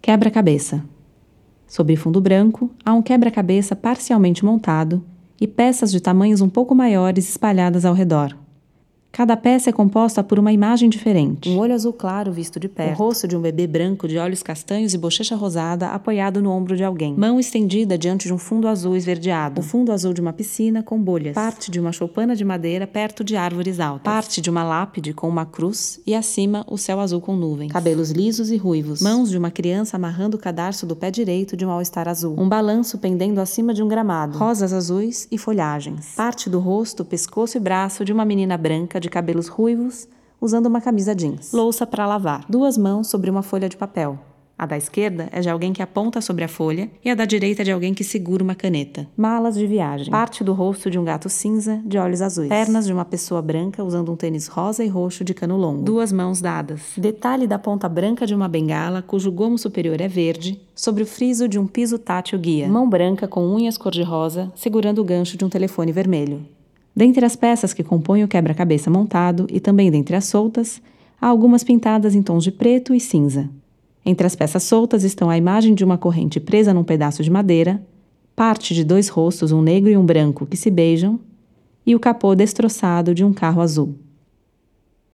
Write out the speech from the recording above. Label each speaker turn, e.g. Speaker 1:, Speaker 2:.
Speaker 1: Quebra-cabeça. Sobre fundo branco, há um quebra-cabeça parcialmente montado e peças de tamanhos um pouco maiores espalhadas ao redor. Cada peça é composta por uma imagem diferente. Um olho azul claro visto de perto. O rosto de um bebê branco de olhos castanhos e bochecha rosada apoiado no ombro de alguém. Mão estendida diante de um fundo azul esverdeado. O fundo azul de uma piscina com bolhas. Parte de uma choupana de madeira perto de árvores altas. Parte de uma lápide com uma cruz e acima o céu azul com nuvens. Cabelos lisos e ruivos. Mãos de uma criança amarrando o cadarço do pé direito de um all-star azul. Um balanço pendendo acima de um gramado. Rosas azuis e folhagens. Parte do rosto, pescoço e braço de uma menina branca de de cabelos ruivos, usando uma camisa jeans. Louça para lavar. Duas mãos sobre uma folha de papel. A da esquerda é de alguém que aponta sobre a folha e a da direita é de alguém que segura uma caneta. Malas de viagem. Parte do rosto de um gato cinza de olhos azuis. Pernas de uma pessoa branca usando um tênis rosa e roxo de cano longo. Duas mãos dadas. Detalhe da ponta branca de uma bengala cujo gomo superior é verde sobre o friso de um piso tátil guia. Mão branca com unhas cor-de-rosa segurando o gancho de um telefone vermelho. Dentre as peças que compõem o quebra-cabeça montado e também dentre as soltas, há algumas pintadas em tons de preto e cinza. Entre as peças soltas estão a imagem de uma corrente presa num pedaço de madeira, parte de dois rostos, um negro e um branco, que se beijam, e o capô destroçado de um carro azul.